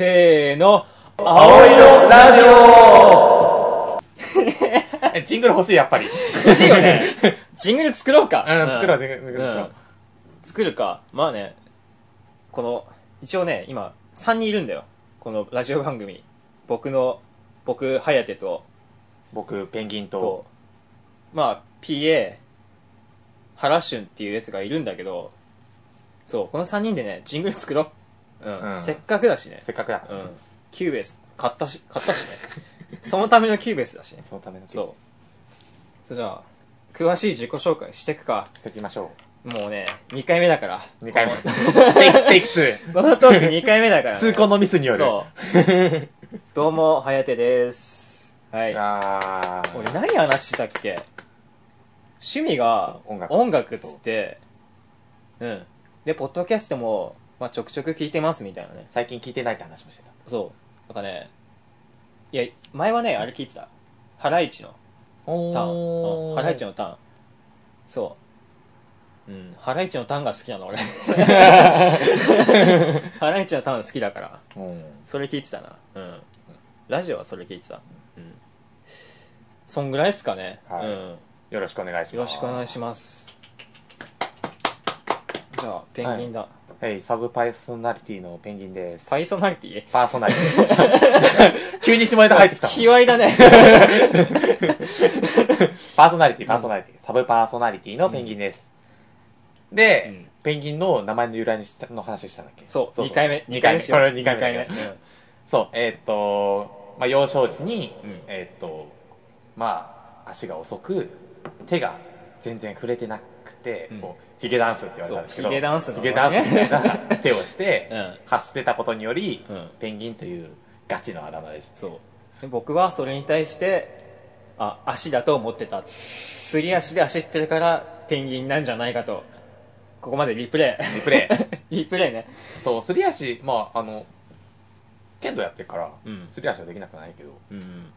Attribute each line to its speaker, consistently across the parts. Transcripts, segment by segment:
Speaker 1: せーの、青色ラジオ
Speaker 2: え ジングル欲しい、やっぱり。
Speaker 1: 欲しいよね。 ジングル作ろうか。
Speaker 2: うん、作ろう、ジングル、ジングル
Speaker 1: う
Speaker 2: 作ろ
Speaker 1: ん
Speaker 2: う。
Speaker 1: 作るか。まあね、この、一応ね、今、3人いるんだよ。このラジオ番組。僕の、僕、颯と、
Speaker 2: 僕、ペンギンと
Speaker 1: と、、まあ、PA、ハラシュンっていうやつがいるんだけど、そう、この3人でね、ジングル作ろう。うん。
Speaker 2: うん
Speaker 1: せっかくだしね。
Speaker 2: せっかくだ。
Speaker 1: うん。キューベース、買ったし、買ったし ね。そのためのキューベースだしね。
Speaker 2: そのための。
Speaker 1: そう。それじゃあ、詳しい自己紹介していくか。
Speaker 2: う。していきましょ
Speaker 1: もうね、2回目だから。
Speaker 2: う。2回目。テイク、テイク2。
Speaker 1: このトーク2回目だから、ね。
Speaker 2: 痛恨のミスによる。
Speaker 1: そう。どうも、はやてです。はい。
Speaker 2: あー。
Speaker 1: 俺何話してたっけ趣味が
Speaker 2: そう音楽
Speaker 1: 音楽っつって、うん。で、ポッドキャストも、まあ、ちょくちょく聞いてますみたいなね。
Speaker 2: 最近聞いてないって話もしてた。
Speaker 1: そう。なんかね、いや、前はね、あれ聞いてた。ハライチの
Speaker 2: お
Speaker 1: ターン。うんハライチ
Speaker 2: ゃん。
Speaker 1: のターン。そう。うん、ハライチのターンが好きなの、 俺。ハライチのターン好きだから。
Speaker 2: うん。
Speaker 1: それ聞いてたな。うん。ラジオはそれ聞いてた。うん。そんぐらいですかね。
Speaker 2: はい
Speaker 1: うん。よ
Speaker 2: よろしくお願いし
Speaker 1: ろ
Speaker 2: ます。
Speaker 1: しくお願いし
Speaker 2: ま
Speaker 1: ます。じゃあ、ペンギンだ。
Speaker 2: す。はい、サブパーソナリティのペンギンです。
Speaker 1: パイソナリティ
Speaker 2: パーソナリティ。 急に下ネタ入ってきた。
Speaker 1: 卑猥だね。
Speaker 2: パーソナリティ、パーソナリティ。サブパーソナリティのペンギンです。で、
Speaker 1: うん
Speaker 2: ペンギンの名前の由来にしたの話したんだっけ
Speaker 1: そう、2回目。
Speaker 2: 2回目。
Speaker 1: しよう
Speaker 2: これ2回目。
Speaker 1: 二回目うん
Speaker 2: そう、えーっと、まあ、幼少時に、
Speaker 1: うん
Speaker 2: えーっと、まあ、足が遅く、手が全然触れてなくて、
Speaker 1: うん
Speaker 2: こう、ヒゲダンスって言われたんですけど、
Speaker 1: そうヒゲダンスの
Speaker 2: ヒ
Speaker 1: 名
Speaker 2: ゲダ
Speaker 1: 前
Speaker 2: ン
Speaker 1: ね
Speaker 2: スみたいな手をして、
Speaker 1: うん
Speaker 2: 発してたことにより、
Speaker 1: うん
Speaker 2: ペンギンというガチのあだ 名です。
Speaker 1: そうで僕はそれに対してあ足だと思ってたすり足で走ってるからペンギンなんじゃないかとここまでリプレ
Speaker 2: リプレイ。
Speaker 1: イ リプレイね
Speaker 2: そう、すり足、まあ、あの、剣道やってるから、
Speaker 1: うん
Speaker 2: すり足はできなくないけど、
Speaker 1: うん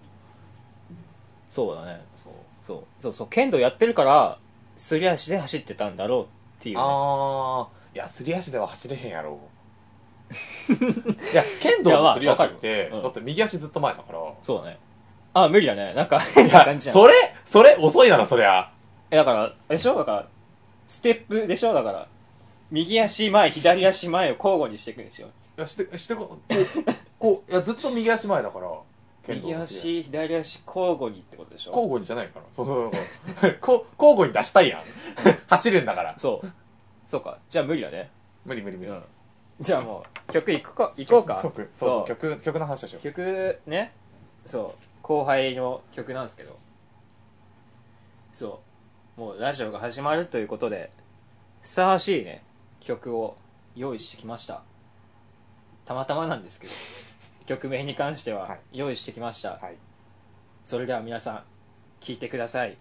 Speaker 1: そうだね
Speaker 2: そう。
Speaker 1: そうそうそう剣道やってるからすり足で走ってたんだろうっていうね、
Speaker 2: あー、いや、すり足では走れへんやろ。 いや、剣
Speaker 1: い
Speaker 2: 道
Speaker 1: やま
Speaker 2: の
Speaker 1: あ
Speaker 2: すり足って、
Speaker 1: わかるうん
Speaker 2: だって右足ずっと前だから、
Speaker 1: そうだねあ無理だねなんか 変
Speaker 2: い
Speaker 1: な感じじゃん
Speaker 2: それ、それ、遅いだろ、そりゃ。
Speaker 1: えだからあれでしょだからステップでしょだから右足前左足前を交互にしていくんですよ
Speaker 2: いや、して、してこ、こう、いや、ずっと右足前だから、
Speaker 1: 右
Speaker 2: のすり
Speaker 1: 足左足交互にってことでしょ
Speaker 2: 交互にじゃないから。そうそうそう。 こう交互に出したいやん。 走るんだから。
Speaker 1: そう。そうか。じゃあ無理だね。
Speaker 2: 無理無理無理。
Speaker 1: うんじゃあもう、曲いくか、行こうか。
Speaker 2: 曲、そうそう、曲、曲の話をしよう。
Speaker 1: 曲ね。そう。後輩の曲なんですけど。そう。もうラジオが始まるということで、ふさわしいね、曲を用意してきました。たまたまなん ですけど、曲名に関して
Speaker 2: は
Speaker 1: はい用意してきました。
Speaker 2: はい。
Speaker 1: それでは皆さん、聴いてください。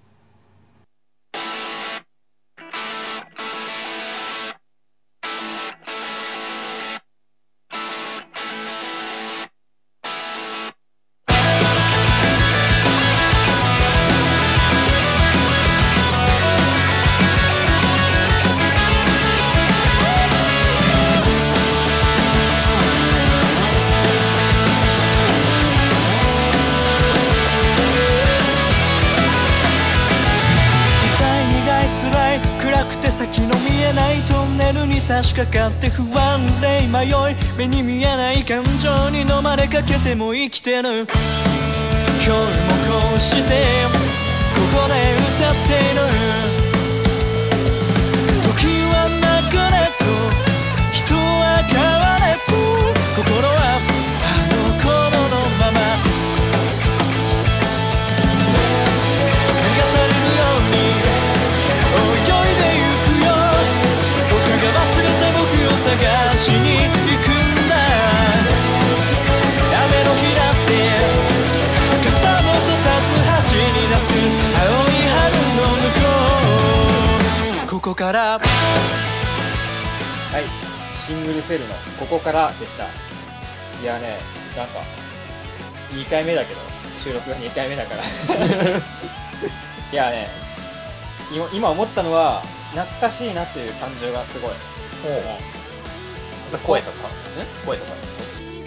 Speaker 3: 痛い苦い辛い暗くて先の見えないトンネルに差し掛かって不安で迷い目に見えない感情に飲まれかけても生きてる今日もこうしてここで歌っている時は流れと人は変われと心はあの頃のまま流されるように泳いでゆくよ僕が忘れた僕を探しに行くんだ雨の日だって傘もささず走り出す青い春の向こうここから
Speaker 1: はい、シングルセルのここからでした。いやね、なんか、2回目だけど、収録が2回目だから。いやね、今今思ったのは、懐かしいなという感情がすごい。
Speaker 2: ほう。声とか。声とか。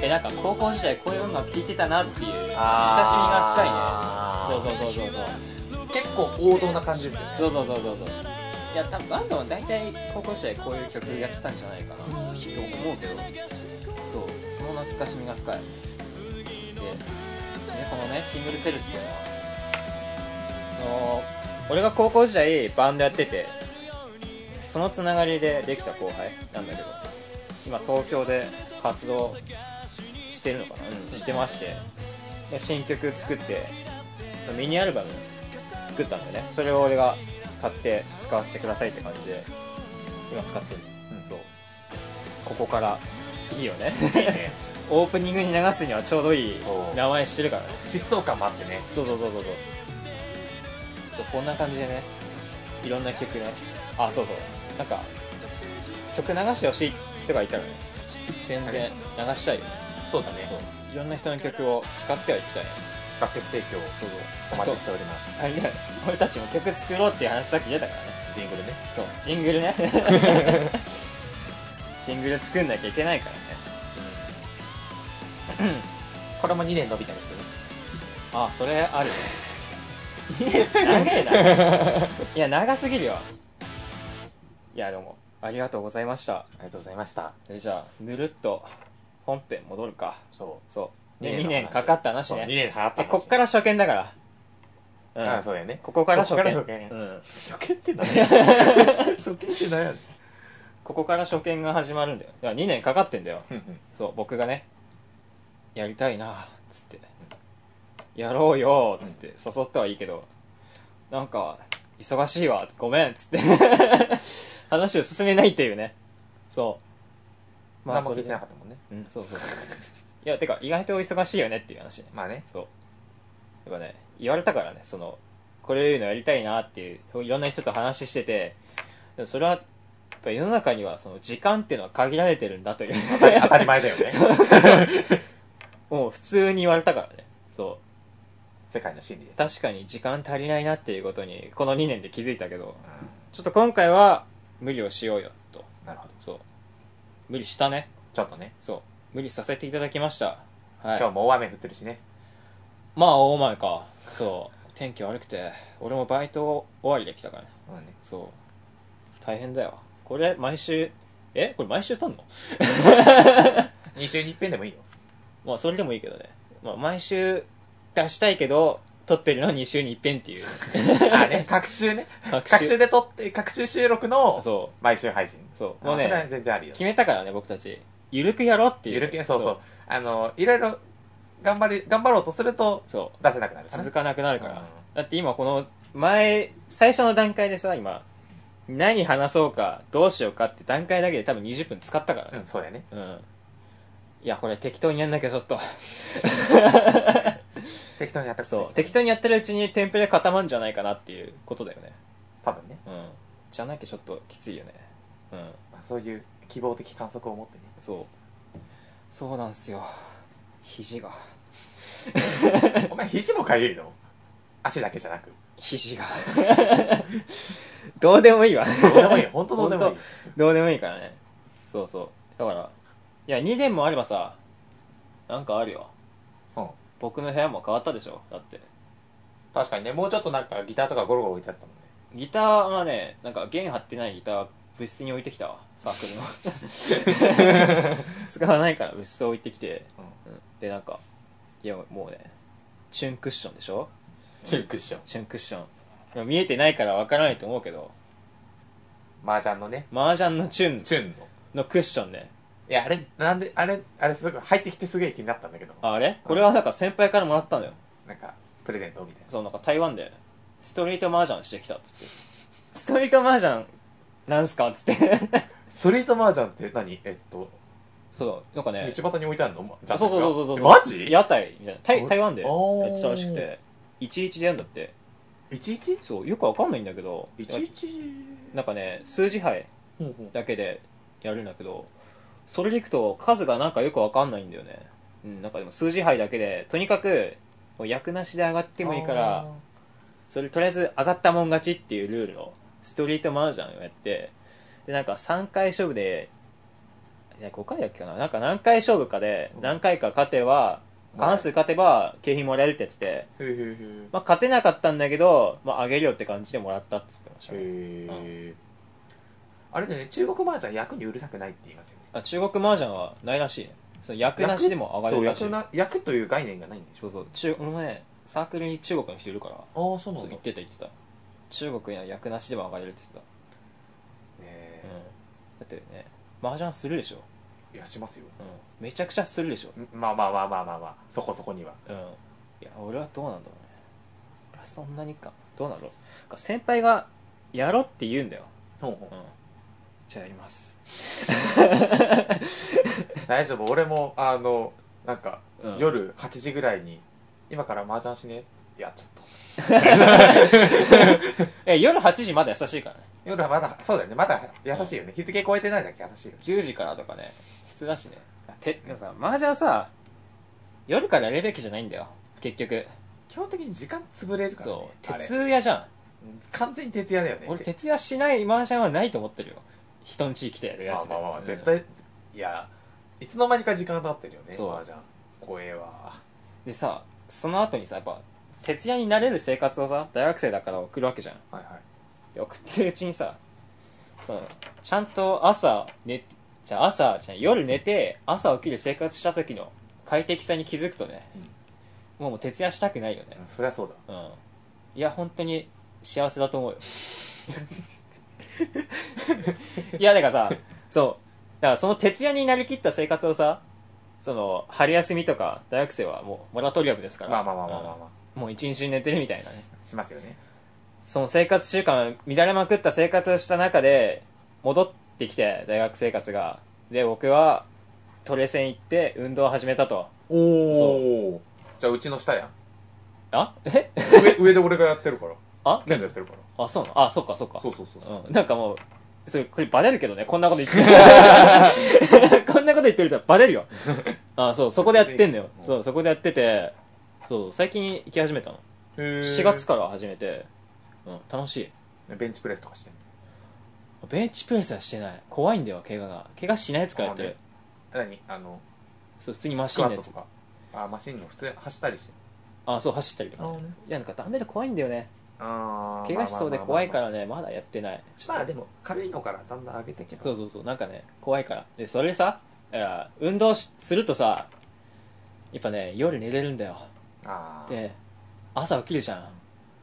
Speaker 1: えなんか高校時代こういう音楽聴いてたなっていう懐かしみ
Speaker 2: あ
Speaker 1: が深い
Speaker 2: ー
Speaker 1: ねそうそうそうそうそう
Speaker 2: 結構王道な感じですよね
Speaker 1: そうそうそうそうそういや多分バンドも大体高校時代こういう曲やってたんじゃないかなと思うけどそうその懐かしみが深いででこのねシングルセルっていうのはその俺が高校時代バンドやっててそのつながりでできた後輩なんだけど今東京で活動してるのかな、うん、してましてで新曲作ってミニアルバム作ったんでねそれを俺が買って使わせてくださいって感じで今使ってる、
Speaker 2: うん
Speaker 1: そうここからいいよね
Speaker 2: ね
Speaker 1: オープニングに流すにはちょうどいい
Speaker 2: そう
Speaker 1: 名前してるからね
Speaker 2: 疾走感もあってね
Speaker 1: そうそうそうそうそうそうこんな感じでねいろんな曲ねあそうそうなんか曲流してほしい人がいたらね全然流したいよね、
Speaker 2: そうだね
Speaker 1: そういろんな人の曲を使ってはいきたいね
Speaker 2: 楽曲提供
Speaker 1: そうそう
Speaker 2: お待ちしております
Speaker 1: あれだよ俺たちも曲作ろうっていう話さっき出たからね
Speaker 2: ジングルね
Speaker 1: そうジング ルねジングル作んなきゃいけないからね
Speaker 2: これも2年伸びたりしてね
Speaker 1: あそれあるね長え ないや長すぎるよいやどうもありがとうございました
Speaker 2: ありがとうございました
Speaker 1: それじゃあぬるっと本編戻るか
Speaker 2: そ
Speaker 1: そう
Speaker 2: う
Speaker 1: で2年かかったなし
Speaker 2: そう
Speaker 1: ね
Speaker 2: 2年かかった
Speaker 1: え
Speaker 2: 話
Speaker 1: こっから初見だから
Speaker 2: あ
Speaker 1: うん
Speaker 2: そうだよね
Speaker 1: ここから初見
Speaker 2: ここから
Speaker 1: う
Speaker 2: 初見
Speaker 1: ん、
Speaker 2: 初見って何や 初見って何や
Speaker 1: ここから初見が始まるんだよだから2年かかってんだよ
Speaker 2: うんうん
Speaker 1: そう僕がねやりたいなっつってやろうよっつって誘ったはいいけどなんか忙しいわごめんっつって 話を進めないっていうねそう
Speaker 2: 何も聞い
Speaker 1: で
Speaker 2: てなかったもんね
Speaker 1: うんそうそうそういやてか意外と忙しいよねっていう話ね
Speaker 2: まあね
Speaker 1: そうやっぱね言われたからねそのこれいうのやりたいなっていういろんな人と話しててでもそれはやっぱ世の中にはその時間っていうのは限られてるんだという
Speaker 2: 当たり前だよね
Speaker 1: もう普通に言われたからねそ
Speaker 2: 世界の真理で
Speaker 1: う
Speaker 2: す
Speaker 1: 確かに時間足りないなっていうことにこの2年で気づいたけどちょっと今回は無理をしようよと
Speaker 2: なるほど
Speaker 1: そう無理したね
Speaker 2: ちょっとね
Speaker 1: そう無理させていただきましたはい
Speaker 2: 今日も大雨降ってるしね
Speaker 1: まあ大前かそう天気悪くて俺もバイト終わりで来たからね
Speaker 2: うんね
Speaker 1: そう大変だよこれ毎週えこれ毎週たんの
Speaker 2: 2週に一遍でもい いよ
Speaker 1: まあそれでもいいけどね、まあ、毎週出したいけど撮ってるのは2週に一遍って いう
Speaker 2: あね各週ね
Speaker 1: 隔週
Speaker 2: 各週で撮って各週収録の
Speaker 1: そ
Speaker 2: 毎週配信
Speaker 1: うそう
Speaker 2: あ
Speaker 1: もう
Speaker 2: それは
Speaker 1: ね
Speaker 2: 全然ありよ
Speaker 1: 決めたからね僕たちゆるくやろうっていう
Speaker 2: ゆるくそうそう
Speaker 1: そ
Speaker 2: あのいろいろ頑張り頑張ろうとすると
Speaker 1: うそ
Speaker 2: 出せなくなる
Speaker 1: う
Speaker 2: から
Speaker 1: 続かなくなるから、
Speaker 2: うん
Speaker 1: だって今この前最初の段階でさ今何話そうかどうしようかって段階だけで多分20分使ったから
Speaker 2: う
Speaker 1: ね
Speaker 2: んそうだよね
Speaker 1: うん、いやこれ適当にやんなきゃちょっと
Speaker 2: 適当にやった
Speaker 1: そう 適当にやってるうちにテンプレ固まんじゃないかなっていうことだよね
Speaker 2: 多分ね、
Speaker 1: うんじゃなきゃちょっときついよねうん
Speaker 2: まあ、そういう希望的観測を持ってね
Speaker 1: そうそうなんすよ肘が
Speaker 2: お前肘もかゆいの足だけじゃなく
Speaker 1: 肘が どうでもいいわ
Speaker 2: どうでも いい本当どうでもいい
Speaker 1: 本どうでもいいからねそうそうだからいや2年もあればさなんかあるよ
Speaker 2: うん
Speaker 1: 僕の部屋も変わったでしょだって
Speaker 2: 確かにねもうちょっとなんかギターとかゴロゴロ置いてあったもんね
Speaker 1: ギターはねなんか弦張ってないギター部室に置いてきたわサークルの 使わないから部室置いてきてでなんかいやもうねチュンクッションでしょ
Speaker 2: チュークッション
Speaker 1: チュンクッションまあ見えてないからわからないと思うけど
Speaker 2: 麻雀のね
Speaker 1: 麻雀のチュン
Speaker 2: チューンの
Speaker 1: のクッションね
Speaker 2: いやあれなんであれあれすごい入ってきてすげえ気になったんだけど
Speaker 1: ああれこれはなんか先輩からもらったんだよ
Speaker 2: なんかプレゼントみたいな
Speaker 1: そうなんか台湾でストリート麻雀してきたっつってストリート麻雀なんすかっつって
Speaker 2: ストリート麻雀って何えっと
Speaker 1: そうなんかね
Speaker 2: 道端に置いてあるの
Speaker 1: そうそうそうそうそう
Speaker 2: マジ
Speaker 1: 屋台みたいな台
Speaker 2: お
Speaker 1: 台湾で
Speaker 2: あー
Speaker 1: やってたらしくて11でやんだって
Speaker 2: 11?
Speaker 1: そうよくわかんないんだけどなんかね数字牌
Speaker 2: ほうほう
Speaker 1: だけでやるんだけどそれでいくと数がなんかよくわかんないんだよねうんなんかでも数字牌だけでとにかくもう役なしで上がってもいいからそれとりあえず上がったもん勝ちっていうルールのストリートマージャンをやってでなんか3回勝負でいや5回だっけかななんか何回勝負かで何回か勝てば過半数勝てば景品もらえるってやつで、
Speaker 2: ふうふうふう
Speaker 1: まあ、勝てなかったんだけど、まあ、あげるよって感じでもらったっつってましたね
Speaker 2: へえあれだよね中国麻雀役にうるさくないって言いますよね
Speaker 1: あ中国麻雀はないらしいねその役なしでも上がれるらしい
Speaker 2: そう役な役という概念がないんでし
Speaker 1: そ
Speaker 2: ょ
Speaker 1: うそう中俺もねサークルに中国の人いるから
Speaker 2: ああそうな
Speaker 1: そうん
Speaker 2: だ
Speaker 1: 言ってた言ってた中国には役なしでも上がれるっつってた、
Speaker 2: ね
Speaker 1: うん、だってね麻雀するでしょ、
Speaker 2: いやしますよ
Speaker 1: うん、めちゃくちゃするでしょ、
Speaker 2: んまあまあまあまあまあまあそこそこには
Speaker 1: うん、いや俺はどうなんだろうね俺はそんなにかどうなのか先輩がやろって言うんだよ、
Speaker 2: ほうほ
Speaker 1: う、
Speaker 2: うん
Speaker 1: じゃあやります、
Speaker 2: 大丈夫俺もあのなんか、
Speaker 1: うん
Speaker 2: 夜8時ぐらいに今から麻雀しねいやちょっと
Speaker 1: え夜8時まだ優しいからね
Speaker 2: 夜はまだそうだよねまだ優しいよね日付超えてないだけ優しいよね
Speaker 1: 10時からとかね普通だしねてでもさ麻雀さ夜からやるべきじゃないんだよ結局
Speaker 2: 基本的に時間潰れるから、ね、
Speaker 1: そう
Speaker 2: あれ
Speaker 1: 徹夜じゃん
Speaker 2: 完全に徹夜だよね
Speaker 1: 俺徹夜しない麻雀はないと思ってるよ人の地域でやるや
Speaker 2: ま
Speaker 1: つ
Speaker 2: あ
Speaker 1: で
Speaker 2: まあまあまあ
Speaker 1: うん
Speaker 2: 絶対、いやいつの間にか時間経ってるよね
Speaker 1: そう
Speaker 2: 麻雀怖えわ
Speaker 1: でさその後にさやっぱ徹夜になれる生活をさ大学生だから送るわけじゃん
Speaker 2: はいはい
Speaker 1: で送ってるうちにさそのちゃんと朝寝じゃあ朝じゃない夜寝て朝起きる生活した時の快適さに気づくとね、もうもう徹夜したくないよね
Speaker 2: うんそりゃそうだ
Speaker 1: うんいや本当に幸せだと思うよ いやだからさそうだからその徹夜になりきった生活をさその春休みとか大学生はもうモラトリアムですから
Speaker 2: まあまあまあまあまあ、ま
Speaker 1: うんもう一日中寝てるみたいなね
Speaker 2: あ、しますよね
Speaker 1: その生活習慣乱れまくった生活をした中で戻ってきて大学生活がで僕はトレセン行って運動を始めたと
Speaker 2: おおじゃあうちの下やん
Speaker 1: あえ
Speaker 2: 上上で俺がやってるから
Speaker 1: あ
Speaker 2: 剣道やってるから
Speaker 1: あそうなのあそっかそっか
Speaker 2: そうそうそうそう、
Speaker 1: うん、なんかもうそれこれバレるけどねこんなこと言って るこんなこと言ってるとバレる よあそうそこでやってんのよ
Speaker 2: うん
Speaker 1: そうそこでやっててそう最近行き始めたの
Speaker 2: へー
Speaker 1: 4月から始めて、うん、楽しい
Speaker 2: ベンチプレスとかしてんの
Speaker 1: ベンチプレスはしてない怖いんだよ怪我が怪我しないやつからやってる
Speaker 2: あ何あの
Speaker 1: そう普通にマ
Speaker 2: ス
Speaker 1: シン
Speaker 2: クワ
Speaker 1: の
Speaker 2: ッ
Speaker 1: や
Speaker 2: ト
Speaker 1: つ
Speaker 2: とかあマシンの普通に走ったりして
Speaker 1: あそう走ったりとか、
Speaker 2: あー
Speaker 1: ね
Speaker 2: ね、
Speaker 1: いやなんかダメで怖いんだよね
Speaker 2: あー
Speaker 1: 怪我しそうで怖いかららねまだやってない
Speaker 2: まあでも軽いのからだんだん上げていけば
Speaker 1: そうそうそうなんかね怖いからでそれでさいや運動しするとさやっぱね夜寝れるんだよ
Speaker 2: あー
Speaker 1: で朝起きるじゃん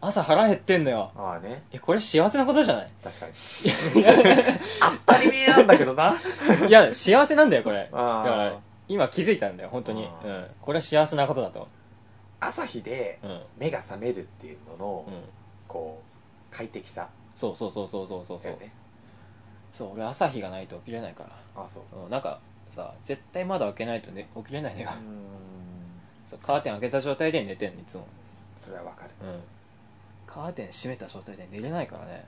Speaker 1: 朝腹減ってんのよ
Speaker 2: ああね
Speaker 1: えこれ幸せなことじゃない
Speaker 2: 確か に当たり前なんだけどな
Speaker 1: いや幸せなんだよこれだ
Speaker 2: あー
Speaker 1: から今気づいたんだよ本当に
Speaker 2: あ
Speaker 1: う
Speaker 2: ー
Speaker 1: んこれは幸せなことだと
Speaker 2: 朝日で
Speaker 1: うんうん
Speaker 2: 目が覚めるっていうのの、こう快適さ
Speaker 1: そうそうそうそうそうそう
Speaker 2: だ
Speaker 1: そ
Speaker 2: よ
Speaker 1: う
Speaker 2: ね
Speaker 1: そう俺朝日がないと起きれないから
Speaker 2: あそう
Speaker 1: うん、なんかさ絶対窓開けないと、ね、起きれないのよ
Speaker 2: うーん
Speaker 1: そうカーテン開けた状態で寝てんのいつも、
Speaker 2: それはわかる
Speaker 1: うん、カーテン閉めた状態で寝れないからね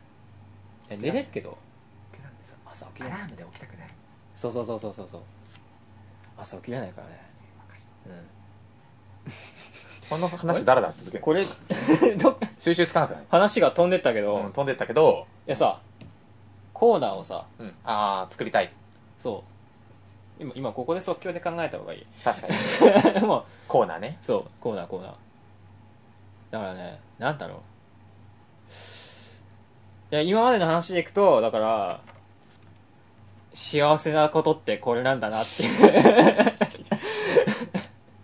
Speaker 1: いや寝れるけどさ朝起き
Speaker 2: ア
Speaker 1: れ
Speaker 2: ラ
Speaker 1: ない
Speaker 2: ームで起きたくない
Speaker 1: そうそうそうそうそうそう朝起きれないからね、
Speaker 2: この話だらだら
Speaker 1: う
Speaker 2: 続け
Speaker 1: ん、
Speaker 2: る
Speaker 1: これ ど
Speaker 2: 収集つかなくない、
Speaker 1: 話が飛んでったけど、
Speaker 2: う
Speaker 1: い
Speaker 2: ん、飛んでったけど、
Speaker 1: やさコーナーをさ
Speaker 2: うん、ああ作りたい
Speaker 1: そう今今ここで即興で考えた方がいい
Speaker 2: 確かに
Speaker 1: もう
Speaker 2: コーナーね
Speaker 1: そう、コーナーコーナー。だからね、なんだろう。いや、今までの話でいくと、だから、幸せなことってこれなんだなっていう。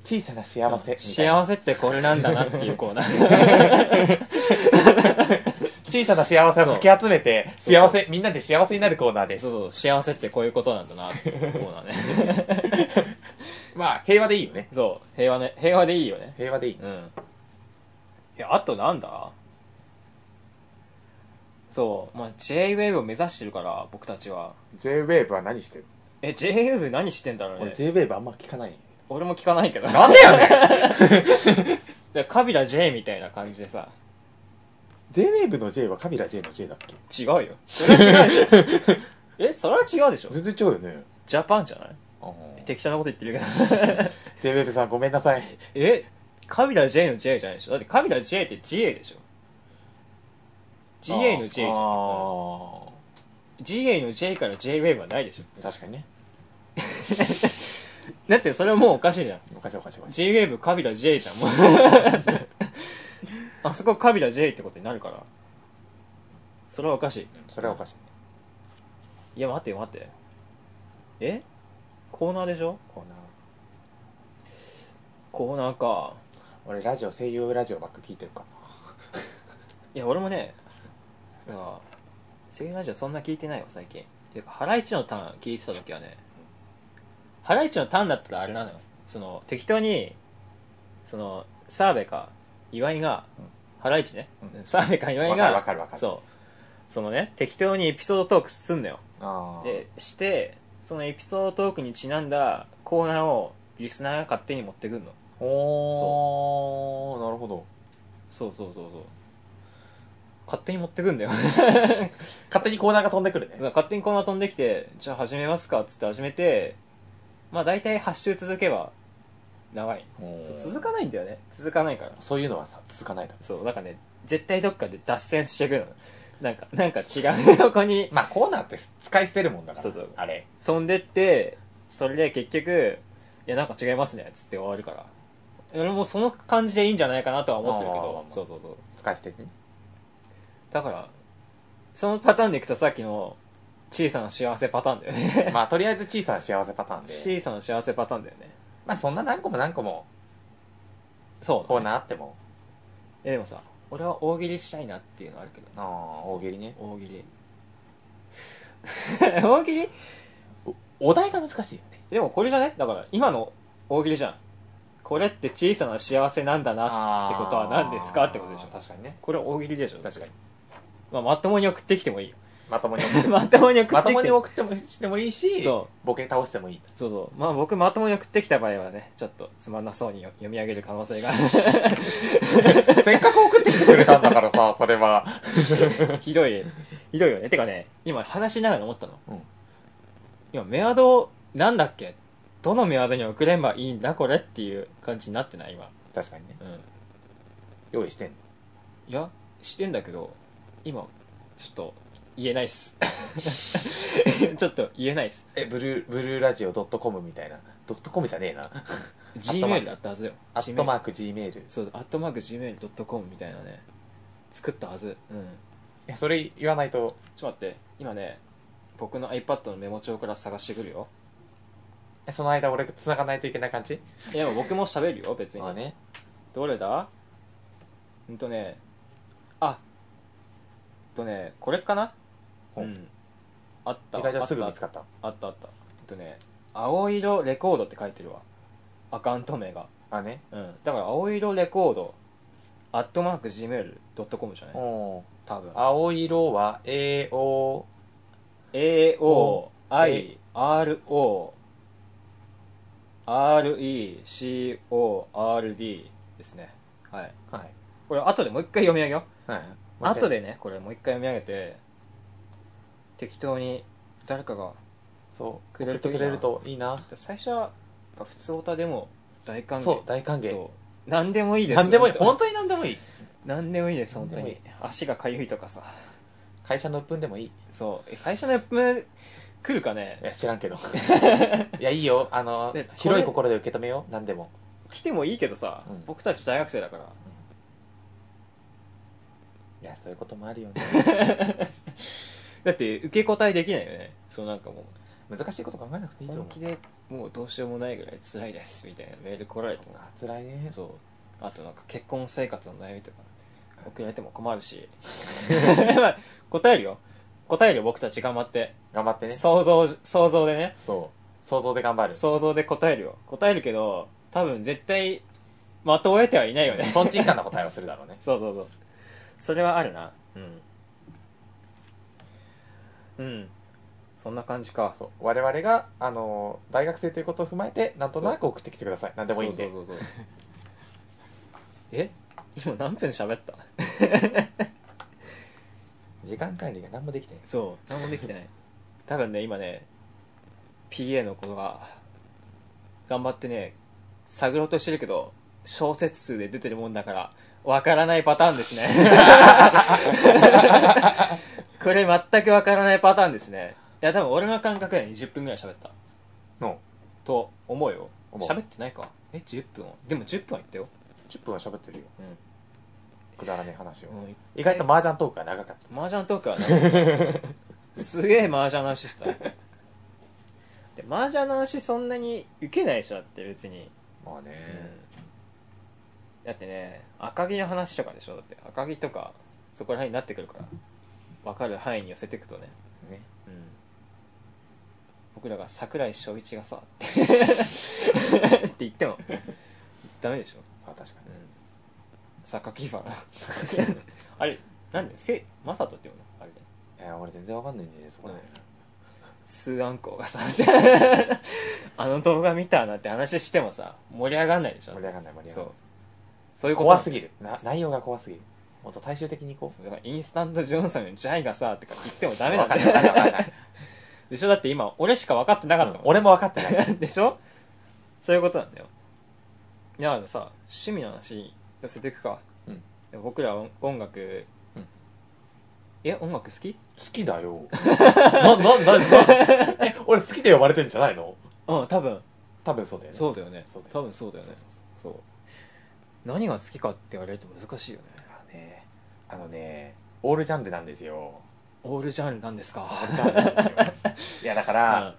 Speaker 2: 小さな幸せみたいな
Speaker 1: 幸せってこれなんだなっていうコーナ ー。
Speaker 2: 小さな幸せをかき集めて
Speaker 1: そう
Speaker 2: 幸せみんなで幸せになるコーナーです
Speaker 1: そうそう、幸せってこういうことなんだなっていうコーナー ね。
Speaker 2: まあ平和でいいよね
Speaker 1: そう、平和ね、平和でいいよね。
Speaker 2: 平和でいい、
Speaker 1: うん。いや、あとなんだそう、まあ、J-Wave を目指してるから、僕たちは。
Speaker 2: J-WAVE は何してる
Speaker 1: え、J-Wave 何してんだろう
Speaker 2: 俺
Speaker 1: ね。
Speaker 2: J-WAVE あんま聞かない
Speaker 1: 俺も聞かないけど。
Speaker 2: なんでやねん
Speaker 1: でカビラ J みたいな感じでさ
Speaker 2: J-WAVE の J はカビラ J の J だっけ
Speaker 1: 違うよ それは違うでしょ えそれは違うでしょ
Speaker 2: 全然違うよね
Speaker 1: ジャパンじゃない適当なこと言ってるけど
Speaker 2: J-WAVE さんごめんなさい
Speaker 1: えカビラ J の J じゃないでしょだってカビラ J って GA でしょ GA の J じゃん
Speaker 2: あ
Speaker 1: GA の J から JWAVE はないでしょ
Speaker 2: ー確かにね
Speaker 1: だってそれはもうおかしいじゃん。
Speaker 2: おかしいおかしいおかしい
Speaker 1: J-Wave カビラ J じゃん、 もう。あそこカビラ J ってことになるから。それはおかしい。
Speaker 2: それはおかしい
Speaker 1: いや、待ってよ、待って。えコーナーでしょ
Speaker 2: コーナー
Speaker 1: コーナーか。
Speaker 2: 俺ラジオ声優ラジオばっか聞いてるか
Speaker 1: いや、俺もね、なんか、声優ラジオそんな聞いてないよ、最近。てか、ハライチのターン聞いてた時はね、ハライチのターンだったらあれなのよ。その、適当に、その、澤部か、岩井が
Speaker 2: うん、
Speaker 1: ハライチね
Speaker 2: う、ん
Speaker 1: 澤部か岩井
Speaker 2: わかる
Speaker 1: が
Speaker 2: わかるわか、る
Speaker 1: そう、そのね、適当にエピソードトークすんのよ。
Speaker 2: なあー
Speaker 1: で、して、そのエピソードトークにちなんだコーナーをリスナーが勝手に持ってくんの。
Speaker 2: おおなるほど
Speaker 1: そうそうそうそう。勝手に持ってくんだよ。
Speaker 2: 勝手にコーナーが飛んでくるね
Speaker 1: 勝手にコーナー飛んできて、じゃあ始めますかっつって始めて、まあ大体8周続けば、長い。
Speaker 2: おー
Speaker 1: 続かないんだよね。続かないから。
Speaker 2: そういうのはさ続かないだろ
Speaker 1: そう、なんかね、絶対どっかで脱線してくるの。なんか、なんか違う横に
Speaker 2: まあコーナーって使い捨てるもんだから
Speaker 1: そうそう
Speaker 2: あれ
Speaker 1: 飛んでって、それで結局、いやなんか違いますね、っつって終わるから。俺もその感じでいいんじゃないかなとは思ってるけ
Speaker 2: あーま
Speaker 1: ど
Speaker 2: あま、あ
Speaker 1: そうそうそう。
Speaker 2: 使い捨てね
Speaker 1: だから、そのパターンでいくとさっきの小さな幸せパターンだよ ね。
Speaker 2: まあとりあえず小さな幸せパターンで
Speaker 1: 小さな幸せパターンだよね。
Speaker 2: まあそんな何個も何個も
Speaker 1: そうだね
Speaker 2: コーナーあっても
Speaker 1: えでもさ俺は大喜利したいなっていうのあるけど
Speaker 2: ああ大喜利ね
Speaker 1: 大喜利 大喜利
Speaker 2: お題が難しいよね
Speaker 1: でもこれじゃねだから今の大喜利じゃんこれって小さな幸せなんだな
Speaker 2: あ
Speaker 1: ってことは何ですかってことでしょ
Speaker 2: 確かにね
Speaker 1: これ大喜利でしょ
Speaker 2: 確かに
Speaker 1: まあ、まともに送ってきてもいいよ
Speaker 2: まともに送って
Speaker 1: まともに送
Speaker 2: ま
Speaker 1: っ
Speaker 2: と
Speaker 1: てき
Speaker 2: もに
Speaker 1: ても
Speaker 2: 送ってもしてもいいし
Speaker 1: そ
Speaker 2: ボケ倒してもいい
Speaker 1: そうそうまあ僕まともに送ってきた場合はねちょっとつまんなそうによ読み上げる可能性が
Speaker 2: せっかく送ってきてくれたんだか らさそれは
Speaker 1: ひどいひどいよねてかね今話しながら思ったの、
Speaker 2: うん
Speaker 1: 今メアドなんだっけどのメアドに送ればいいんだこれっていう感じになってない今
Speaker 2: 確かにね
Speaker 1: うん
Speaker 2: 用意してんの
Speaker 1: いやしてんだけど今ちょっと言えないっ すちょっと言えないっす
Speaker 2: えブルーブルーラジオ .com みたいなドットコムじゃねえなトマー
Speaker 1: Gmail
Speaker 2: ク
Speaker 1: だったはずよ
Speaker 2: アットマー
Speaker 1: Gmail
Speaker 2: ク Gmail い
Speaker 1: そうアットマーク Gmail.com みたいなね作ったはずうん
Speaker 2: やそれ言わないと
Speaker 1: ちょっと待って今ね僕の iPad のメモ帳から探してくるよ
Speaker 2: えその間俺繋がないといけない感じ
Speaker 1: いや僕も喋るよ別に
Speaker 2: まあね
Speaker 1: どれだうんとねあうんとねこれかな
Speaker 2: ほう
Speaker 1: うんあった
Speaker 2: 意外
Speaker 1: あ
Speaker 2: と
Speaker 1: っ
Speaker 2: すぐ
Speaker 1: た
Speaker 2: 見つかった
Speaker 1: あったあったうんとね「青色レコード」って書いてるわアカウント名が
Speaker 2: あね
Speaker 1: うんだから「青色レコード」アットマーク Gmail.com じゃない
Speaker 2: おー
Speaker 1: 多分
Speaker 2: 青色は AO
Speaker 1: AOIRORECORD ですねはい
Speaker 2: はい
Speaker 1: これ後でもう一回読み上げよう
Speaker 2: はい
Speaker 1: 後でねこれもう一回読み上げて適当に誰かが
Speaker 2: そう
Speaker 1: く
Speaker 2: く
Speaker 1: れ
Speaker 2: れ
Speaker 1: る
Speaker 2: る
Speaker 1: とい
Speaker 2: と
Speaker 1: い
Speaker 2: く
Speaker 1: な
Speaker 2: れるといいな
Speaker 1: 最初はやっぱ普通オタでも大歓迎
Speaker 2: そう大歓迎
Speaker 1: そう何でもいいです
Speaker 2: 何でもいい
Speaker 1: 本
Speaker 2: 本当に何でもいい
Speaker 1: 当何でもいいです本当
Speaker 2: 何で
Speaker 1: に
Speaker 2: も
Speaker 1: 足がかゆいとかさ
Speaker 2: 会社の鬱憤でもいい
Speaker 1: そうえ会社のやっぱ来るかね
Speaker 2: いや知らん けどいやいいよあの
Speaker 1: ねこれ
Speaker 2: 広い心で受け止めよう何でも
Speaker 1: 来てもいいけどさ、
Speaker 2: うん
Speaker 1: 僕たち大学生だから
Speaker 2: いやそういうこともあるよね
Speaker 1: だって受け答えできないよねそうなんかも
Speaker 2: 難しいこと考えなくて
Speaker 1: う
Speaker 2: いいと
Speaker 1: 本
Speaker 2: 思う
Speaker 1: 気でもうどうしようもないぐらい辛いですみたいなメール来られて
Speaker 2: そ
Speaker 1: も
Speaker 2: うか辛いね
Speaker 1: そうあとなんか結婚生活の悩みとか送られても困る しまあ答えるよ答えるよ僕たち頑張って、
Speaker 2: 頑張ってね
Speaker 1: 想像想像でね
Speaker 2: そう想像で頑張る
Speaker 1: 想像で答えるよ答えるけど多分絶対まとえてはいないよね
Speaker 2: とんちんかんな答えをするだろうね
Speaker 1: そうそうそうそれはあるなうんうんそんな感じか
Speaker 2: そう我々が、あのー大学生ということを踏まえてなんとなく送ってきてください何でもいいんで
Speaker 1: そうそうそうそうえ今何分喋った
Speaker 2: 時間管理が何もできてない
Speaker 1: そう何もできてない多分ね今ね PA の子が頑張ってね探ろうとしてるけど小説数で出てるもんだからわからないパターンです ねこれ全くわからないパターンですねいや多分俺の感覚で20分ぐらい喋った
Speaker 2: の
Speaker 1: と思うよ
Speaker 2: 思う
Speaker 1: 喋ってないかえ10分をでも10分は言ったよ
Speaker 2: 10分は喋ってるよ
Speaker 1: うん
Speaker 2: くだらねえ話を、
Speaker 1: うん
Speaker 2: 意外と麻雀トークが長かった
Speaker 1: 麻雀トークはねすげえ麻雀の話したねで麻雀の話そんなに受けないでしょだって別に、
Speaker 2: まあね、
Speaker 1: だってね赤城の話とかでしょだって赤城とかそこら辺になってくるから分かる範囲に寄せていくとね、
Speaker 2: ね
Speaker 1: 僕らが桜井翔一がさ ってって言ってもダメでしょ
Speaker 2: まあ確かに
Speaker 1: 坂木ファンあれなんでせマサトって読むのあれ
Speaker 2: いや俺全然わかんないんだよねそこら辺、
Speaker 1: スーアンコウがさあの動画見たなって話してもさ盛り上がんないでしょ
Speaker 2: 盛り上がんない盛り上
Speaker 1: そ
Speaker 2: がん
Speaker 1: う
Speaker 2: ない
Speaker 1: そういうこと
Speaker 2: 怖すぎるな内容が怖すぎるもっと大衆的にいこ
Speaker 1: そううだからインスタントジョンソンのジャイがさとか言ってもダメなんだ
Speaker 2: わかんないわ
Speaker 1: よ
Speaker 2: かんない
Speaker 1: でしょだって今俺しか分かってなかったもん、
Speaker 2: 俺も分かってない
Speaker 1: でしょそういうことなんだよだからさ趣味の話寄せていくか、
Speaker 2: うん
Speaker 1: でも僕らは音楽、
Speaker 2: うん
Speaker 1: え音楽好き
Speaker 2: 好きだ よななななえ俺好きで呼ばれてんじゃないの
Speaker 1: うん多分
Speaker 2: 多分そうだよね
Speaker 1: そうだよね
Speaker 2: そうだよ
Speaker 1: 多分そうだよね
Speaker 2: そうそう
Speaker 1: そう何が好きかって言われると難しいよね
Speaker 2: あのねあのねオールジャンルなんですよ
Speaker 1: オールジャンルなんですか
Speaker 2: オールジャンルなんですよ いやだから、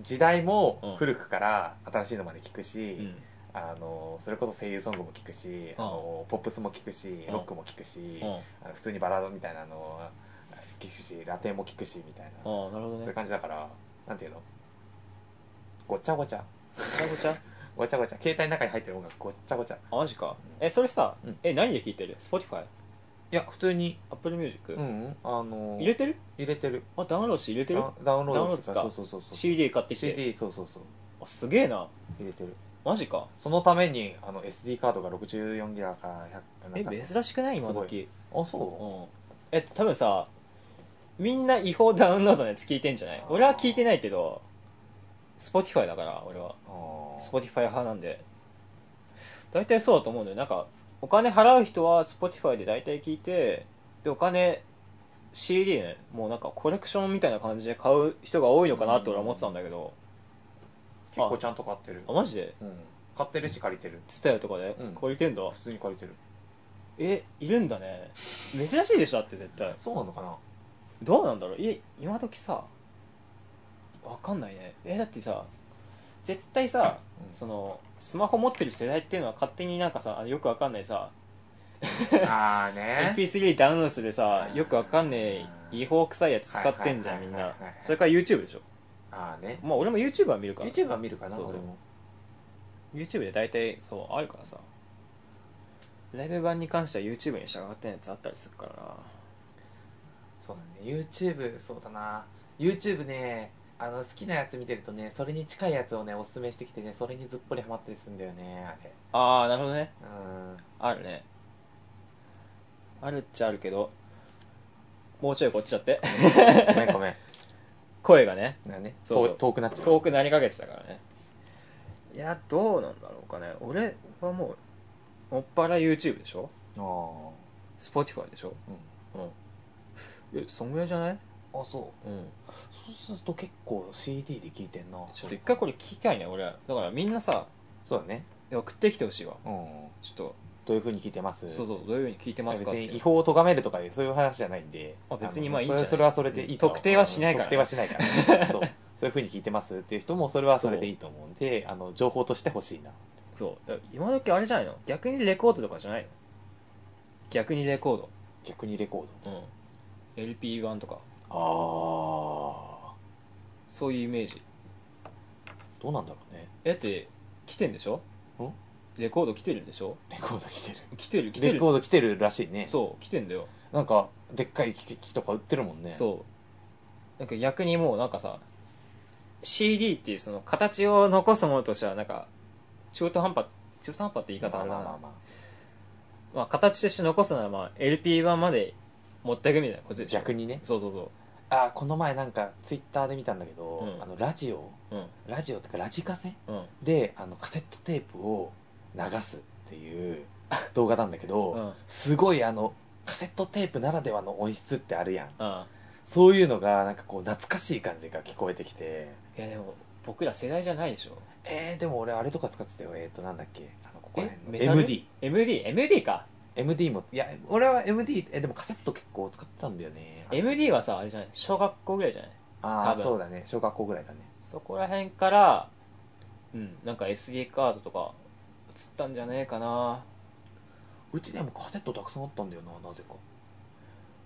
Speaker 2: 時代
Speaker 1: うん
Speaker 2: も古くから新しいのまで聞くし、
Speaker 1: うんうん
Speaker 2: あのそれこそ声優ソングも聞くし、あのポップスも聞くし
Speaker 1: うん
Speaker 2: ロックも聞くし、
Speaker 1: うんあ
Speaker 2: あの普通にバラードみたいなのを聞くしラテンも聞くしみたいな、
Speaker 1: あなるほど
Speaker 2: そう
Speaker 1: ね
Speaker 2: いう感じだからなんていうのごっちゃごちゃ
Speaker 1: ごちゃごちゃ
Speaker 2: ごちゃごちゃ携帯の中に入ってる音楽ごっちゃごちゃ
Speaker 1: あマジかえそれさ、
Speaker 2: うん
Speaker 1: え何で聴いてる Spotify
Speaker 2: いや普通に
Speaker 1: Apple Music、
Speaker 2: うんうんあの
Speaker 1: 入れてる
Speaker 2: 入れてる
Speaker 1: あダウンロードして入れてる
Speaker 2: ダウンダウンロード
Speaker 1: ダウンロードっ
Speaker 2: と
Speaker 1: す
Speaker 2: か
Speaker 1: か
Speaker 2: そうそうそうそう
Speaker 1: CD 買ってきて
Speaker 2: CD そうそうそう
Speaker 1: あすげえな
Speaker 2: 入れてる
Speaker 1: マジか
Speaker 2: そのためにあの SD カードが64ギガから100な
Speaker 1: え
Speaker 2: んか
Speaker 1: 珍しくない今
Speaker 2: すご
Speaker 1: 時
Speaker 2: あそう
Speaker 1: うんえ多分さみんな違法ダウンロードのやつ聞いてんじゃない俺は聞いてないけど Spotify だから俺は
Speaker 2: あー
Speaker 1: Spotify 派なんで大体そうだと思うんだよなんかお金払う人は Spotify で大体聞いてでお金 CD ねもうなんかコレクションみたいな感じで買う人が多いのかなって俺は思ってたんだけど
Speaker 2: 結構ちゃんと買ってる
Speaker 1: あマジで
Speaker 2: うん買ってるし借りてる
Speaker 1: TSUTAYA とかで
Speaker 2: うん
Speaker 1: 借りてんだ、
Speaker 2: 普通に借りてる
Speaker 1: えいるんだね珍しいでしょだって絶対
Speaker 2: そうなのかな
Speaker 1: どうなんだろうい今時さわかんないねえだってさ絶対さ
Speaker 2: うん
Speaker 1: そのスマホ持ってる世代っていうのは勝手になんかさあのよくわかんないさ
Speaker 2: ああね
Speaker 1: MP3 ダウンロードでさ
Speaker 2: うん
Speaker 1: よくわかんねえ違法臭いやつ使ってんじゃん
Speaker 2: はい
Speaker 1: みん
Speaker 2: はいはいはい
Speaker 1: な
Speaker 2: はい
Speaker 1: それから YouTube でしょ
Speaker 2: ああね
Speaker 1: まあ俺も YouTube は見るから
Speaker 2: YouTube は見るかな
Speaker 1: そう
Speaker 2: 俺も
Speaker 1: YouTube で大体そうあるからさライブ版に関しては YouTube にしか上がってないやつあったりするからな
Speaker 2: そうだね YouTube そうだな YouTube ねあの好きなやつ見てるとねそれに近いやつをねおすすめしてきてねそれにずっぽりハマったりするんだよねあれ
Speaker 1: ああなるほどね
Speaker 2: うん
Speaker 1: あるねあるっちゃあるけどもうちょいこっちだって
Speaker 2: ごめんごめん
Speaker 1: 声がね
Speaker 2: なんかね
Speaker 1: そう
Speaker 2: 遠
Speaker 1: そう
Speaker 2: 遠くなっちゃう
Speaker 1: 遠くなりかけてたからねいやどうなんだろうかね俺はもうもっぱら YouTube でしょ
Speaker 2: あー
Speaker 1: Spotify でしょ
Speaker 2: うん
Speaker 1: うんえそんぐらいじゃない
Speaker 2: あそう
Speaker 1: うん
Speaker 2: そうすると結構 CD で聴いてんな
Speaker 1: ちょっと一回これ聞きたいね俺だからみんなさ
Speaker 2: そうだね
Speaker 1: 送ってきてほしいわ
Speaker 2: うん
Speaker 1: ちょっと
Speaker 2: どういう風に聴いてます
Speaker 1: そうそうどういうふうに聞いてますかって
Speaker 2: 別に違法を咎めるとかいうそういう話じゃないんで
Speaker 1: あ別に
Speaker 2: の
Speaker 1: まあいいんじゃない
Speaker 2: それそれはそれでいい
Speaker 1: 特定はしないから
Speaker 2: 特定はしないからそう そういうふうに聞いてますっていう人もそれはそれでいいと思うんであの情報としてほしいな
Speaker 1: そうだから今時あれじゃないの逆にレコードとかじゃないの逆にレコー
Speaker 2: 逆にレコ
Speaker 1: ドうん LP1 とか
Speaker 2: ードああ
Speaker 1: そういうイメージ
Speaker 2: どうなんだろうね
Speaker 1: えだって来てんでしょ
Speaker 2: ん
Speaker 1: レコード来てるんでしょ
Speaker 2: レコード来てる
Speaker 1: 来てる来て
Speaker 2: レ
Speaker 1: る
Speaker 2: コード来てるらしいね
Speaker 1: そう来てんだよ、
Speaker 2: なんかでっかい機器とか売ってるもんねう
Speaker 1: そうなんか逆にもうなんかさ CD っていうその形を残すものとしてはなんか中途半端中途半端って言い
Speaker 2: まあ
Speaker 1: 方
Speaker 2: ま
Speaker 1: あ
Speaker 2: あ
Speaker 1: れだな、
Speaker 2: ま
Speaker 1: ま
Speaker 2: あ
Speaker 1: あ
Speaker 2: ま
Speaker 1: 形として残すならまあ LP 版まで持っていくみたいなこ
Speaker 2: あ
Speaker 1: とでしょ
Speaker 2: 逆にね
Speaker 1: そうそうそ
Speaker 2: あーこの前なんかツイッターで見たんだけど、
Speaker 1: うん
Speaker 2: あのラジオ
Speaker 1: ううん
Speaker 2: ラジオってかラジカセ
Speaker 1: うん
Speaker 2: であのカセットテープを流すっていう 動画なんだけど、
Speaker 1: うん
Speaker 2: すごいあのカセットテープならではの音質ってあるやん
Speaker 1: あ
Speaker 2: そういうのがなんかこう懐かしい感じが聞こえてきて
Speaker 1: いやでも僕ら世代じゃないでしょ
Speaker 2: えー、でも俺あれとか使ってたよえっ、ー、となんだっけあのここら辺の
Speaker 1: メタル
Speaker 2: MD
Speaker 1: MD MD か
Speaker 2: MD もいや俺は MD えでもカセット結構使ってたんだよね
Speaker 1: MD はさあれじゃない小学校ぐらいじゃない多
Speaker 2: ああ
Speaker 1: 分
Speaker 2: そうだね小学校ぐらいだね
Speaker 1: そこら辺からうんなんか SD カードとか移ったんじゃねえかな
Speaker 2: うちでもカセットたくさんあったんだよななぜか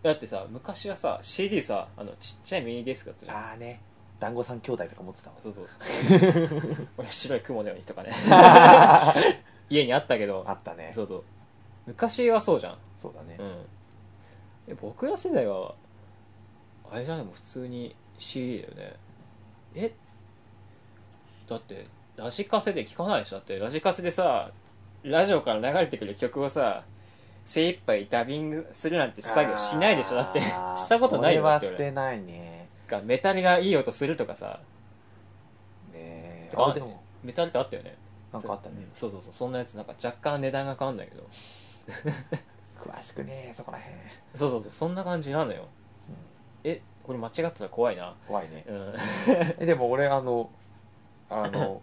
Speaker 1: だってさ昔はさ CD さあのちっちゃいミニディスクだったじゃん
Speaker 2: ああね団子三兄弟とか持ってたもん
Speaker 1: そうそう 俺白い雲のようにとかね家にあったけど
Speaker 2: あったねそ
Speaker 1: そうそう昔はそうじゃん
Speaker 2: うだね、
Speaker 1: うんえ僕ら世代はあれじゃないもう普通に CD だよねえだってラジカセで聞かないでしょだってラジカセでさラジオから流れてくる曲をさ精一杯ダビングするなんて作業しないでしょだって
Speaker 2: あー
Speaker 1: したことないよ
Speaker 2: それ
Speaker 1: だ
Speaker 2: は
Speaker 1: って
Speaker 2: し
Speaker 1: 俺
Speaker 2: てないね
Speaker 1: がメタルがいい音するとかさ
Speaker 2: ねえ
Speaker 1: てか
Speaker 2: あでも
Speaker 1: メタルってあったよね
Speaker 2: なんかあったね
Speaker 1: うんそうそうそうそんなやつなんか若干値段が変わるんだけど
Speaker 2: 詳しくねそこらへん、うん、
Speaker 1: そうそうそうそんな感じなのよえこれ間違ってたら怖いな
Speaker 2: 怖いね
Speaker 1: うん
Speaker 2: えでも俺あのあ の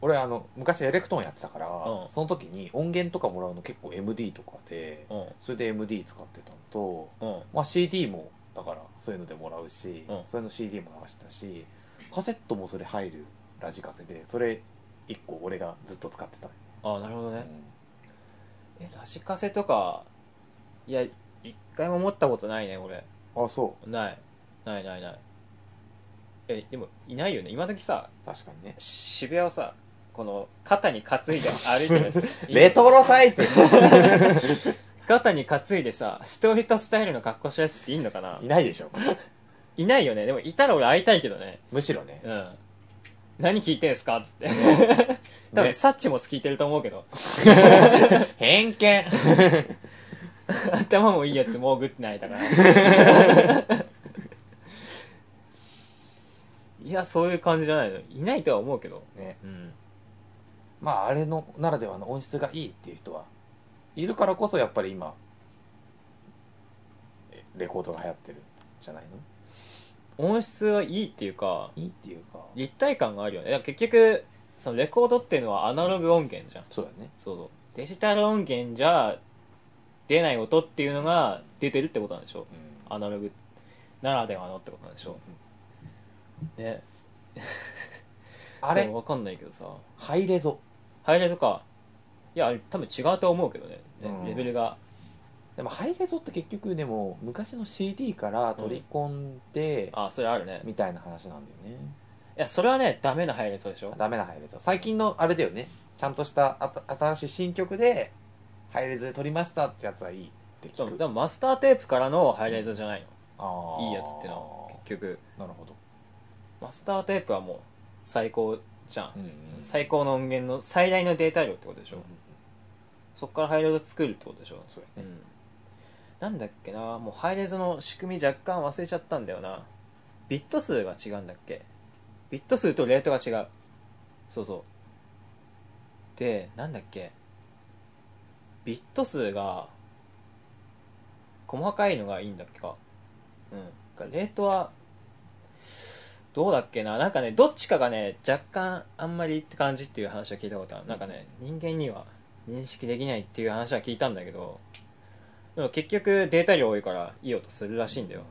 Speaker 2: 俺あの昔エレクトーンやってたから、
Speaker 1: うん
Speaker 2: その時に音源とかもらうの結構 MD とかで
Speaker 1: うん
Speaker 2: それで MD 使ってたのと、
Speaker 1: うん
Speaker 2: まあ、CD もだからそういうのでもらうし、
Speaker 1: うん
Speaker 2: そういうの CD も流してたしカセットもそれ入るラジカセでそれ1個俺がずっと使ってたね、
Speaker 1: ああなるほど
Speaker 2: う
Speaker 1: ね
Speaker 2: ん
Speaker 1: えラジカセとかいや一回も持ったことないね俺
Speaker 2: あそ
Speaker 1: ないないないないえでもいないよね今時さ
Speaker 2: う確かにね
Speaker 1: 渋谷をさこの肩に担いで歩いてるやつ
Speaker 2: レトロタイプ
Speaker 1: 肩に担いでさストリートスタイルの格好したやつっていんのかない
Speaker 2: ないでしょ
Speaker 1: いないよねでもいたら俺会いたいけどね
Speaker 2: むしろね
Speaker 1: うん何聞いてんすかっつって多
Speaker 2: ね
Speaker 1: 分サッチも聞いてると思うけど
Speaker 2: 偏見
Speaker 1: 頭もいいやつもうグってないだから いやそういう感じじゃないのいないとは思うけど
Speaker 2: ね
Speaker 1: うん
Speaker 2: まああれのならではの音質がいいっていう人はいるからこそやっぱり今えレコードが流行ってるじゃないの
Speaker 1: 音質はいいっていうか
Speaker 2: いいっていうか
Speaker 1: 立体感があるよねだから結局そのレコードっていうのはアナログ音源じゃん
Speaker 2: そうだね
Speaker 1: そうそうデジタル音源じゃ出ない音っていうのが出てるってことなんでしょ
Speaker 2: うん
Speaker 1: アナログならではのってことなんでしょね
Speaker 2: あれ
Speaker 1: わかんないけどさ
Speaker 2: ハイレゾ
Speaker 1: ハイレゾかいやあれ多分違うと思うけどねね
Speaker 2: うん
Speaker 1: レベルが
Speaker 2: でもハイレゾって結局でも昔の CD から取り込んで、
Speaker 1: あそれあるね
Speaker 2: みたいな話なんだよね
Speaker 1: いやそれはねダメなハイレゾでしょ
Speaker 2: ダメなハイレゾ最近のあれだよねちゃんとしたあた新しい新曲でハイレゾで撮りましたってやつはいいって
Speaker 1: で
Speaker 2: 聞
Speaker 1: も
Speaker 2: く
Speaker 1: でもマスターテープからのハイレゾじゃない
Speaker 2: あ
Speaker 1: の
Speaker 2: ー
Speaker 1: いいやつってのは結局
Speaker 2: なるほど、
Speaker 1: マスターテープはもう最高じゃん
Speaker 2: うんうん
Speaker 1: 最高の音源の最大のデータ量ってことでし
Speaker 2: う
Speaker 1: ょ、
Speaker 2: んうん
Speaker 1: そこからハイレゾ作るってことでしょ、
Speaker 2: そう
Speaker 1: う
Speaker 2: やね
Speaker 1: ん、なんだっけなもうハイレゾの仕組み若干忘れちゃったんだよなビット数が違うんだっけビット数とレートが違うそうそうでなんだっけビット数が細かいのがいいんだっけかうんレートはどうだっけななんかねどっちかがね若干あんまりって感じっていう話は聞いたことあるなんかね人間には認識できないっていう話は聞いたんだけどでも結局データ量多いからいい音するらしいんだよ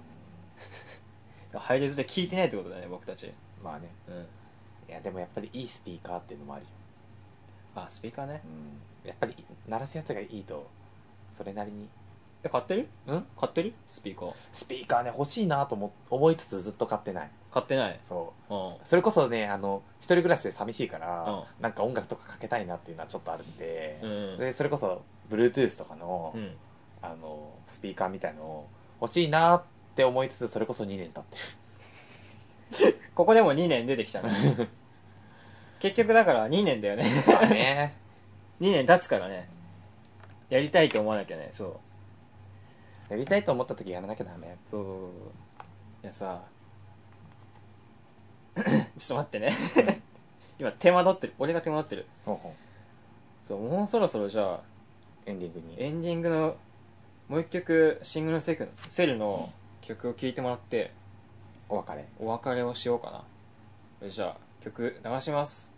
Speaker 1: ハイレズで聞いてないってことだね僕たち
Speaker 2: まあね
Speaker 1: うん
Speaker 2: いやでもやっぱりいいスピーカーっていうのもあるよ、
Speaker 1: あスピーカーね
Speaker 2: うん、やっぱり鳴らすやつがいいとそれなりに
Speaker 1: え買ってる
Speaker 2: うん
Speaker 1: 買ってるスピーカー
Speaker 2: スピーカーね欲しいなと思思いつつずっと買ってない
Speaker 1: 買ってない
Speaker 2: そう
Speaker 1: うん
Speaker 2: それこそねあの一人暮らしで寂しいから、
Speaker 1: う
Speaker 2: なんか音楽とかかけたいなっていうのはちょっとあるんで、
Speaker 1: うん
Speaker 2: それそれこそ Bluetooth とかの,、
Speaker 1: うん
Speaker 2: あのスピーカーみたいのを欲しいなって思いつつそれこそ2年経って
Speaker 1: ここでも2年出てきた ね結局だから2年だよね
Speaker 2: るから ね
Speaker 1: 2年経つからねやりたいと思わなきゃねそう
Speaker 2: やりたいと思った時やらなきゃダメ
Speaker 1: そうそうそうそういやさ ちょっと待ってね 今手間取ってる俺が手間取ってる
Speaker 2: ほうほ
Speaker 1: そうもうそろそろじゃあ
Speaker 2: うエンディングに
Speaker 1: エンディングのもう一曲シングルセクセルの曲を聴いてもらって
Speaker 2: お別れ
Speaker 1: お別れをしようかなじゃあ曲流します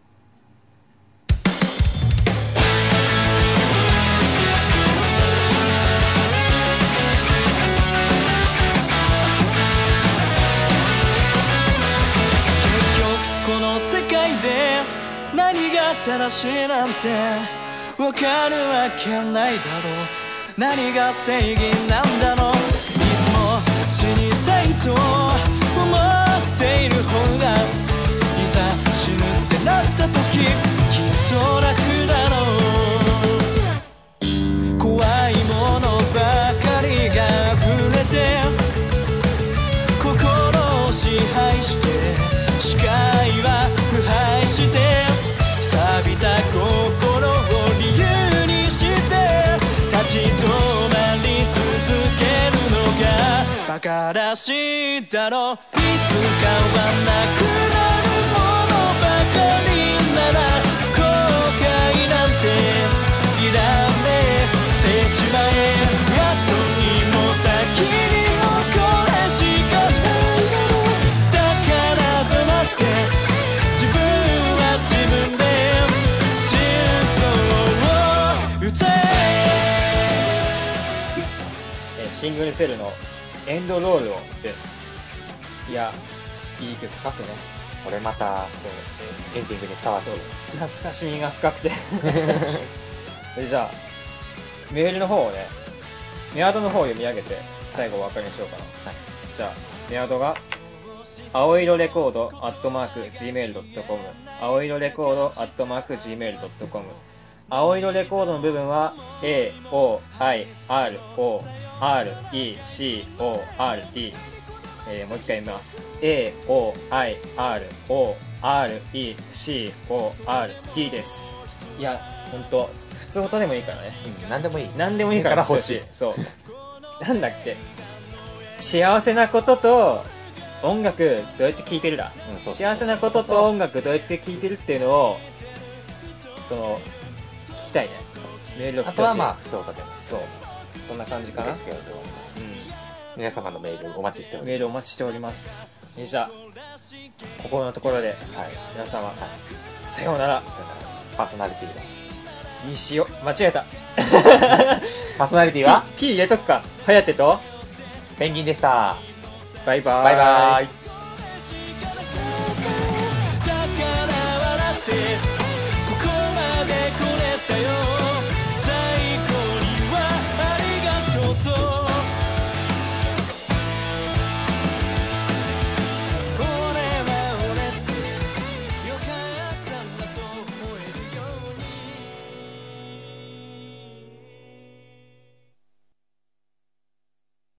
Speaker 3: 結局この世界で何が正しいなんてわかるわけないだろう何が正義なんだろういつも死にたいと思っている方がいざ死ぬってなった時きっと楽だろう怖いものばかりが溢れて心を支配して視界は腐敗して錆びた心を理由にして立ち止まり続けるのが馬鹿らしいだろいつかはなくなるものばかりなら後悔なんていらねえ捨てちまえ後にも先にもこれしかないだろだからとまって自分は自分で心臓を打て
Speaker 1: えーシングルセルの「エンドロールを」ですいやいい曲書くね
Speaker 2: これまた
Speaker 1: そう
Speaker 2: エンディングにふさわしい
Speaker 1: そう懐かしみが深くて でじゃあメールの方をねメアドの方を読み上げて最後お別れにしようかな、
Speaker 2: はい
Speaker 1: じゃあメアドが青色レコードアットマーク Gmail.com 青色レコードアットマーク Gmail.com 青色レコードの部分は AOIRORECORD えーもう一回見ます。A O I R O R E C O R D です。いや、ほんと、普通音でもいいからね。
Speaker 2: うん何でもいい
Speaker 1: 何でもいいから
Speaker 2: 欲しい
Speaker 1: そう。なんだっけ。幸せなことと音楽どうやって聴いてるだ。
Speaker 2: うんそう
Speaker 1: 幸せなことと音楽どうやって聴いてるっていうのを、その、聞きたいね。メールを送
Speaker 2: あ
Speaker 1: ってほ
Speaker 2: と
Speaker 1: し
Speaker 2: はいまあ普通歌でも
Speaker 1: そう。そんな感じか
Speaker 2: 受
Speaker 1: な。
Speaker 2: け付けようと思います
Speaker 1: うん
Speaker 2: 皆様のメールお待ちしてお
Speaker 1: メー
Speaker 2: り
Speaker 1: ルお待ちしておりますえじゃあ心のところで
Speaker 2: ますはい
Speaker 1: 皆様、さようなら
Speaker 2: さよならパーソナリティは
Speaker 1: にしよう間違えた
Speaker 2: パーソナリティは
Speaker 1: P 入れとくか颯と
Speaker 2: ペンギンでした
Speaker 1: バイバーイ
Speaker 2: バイバイ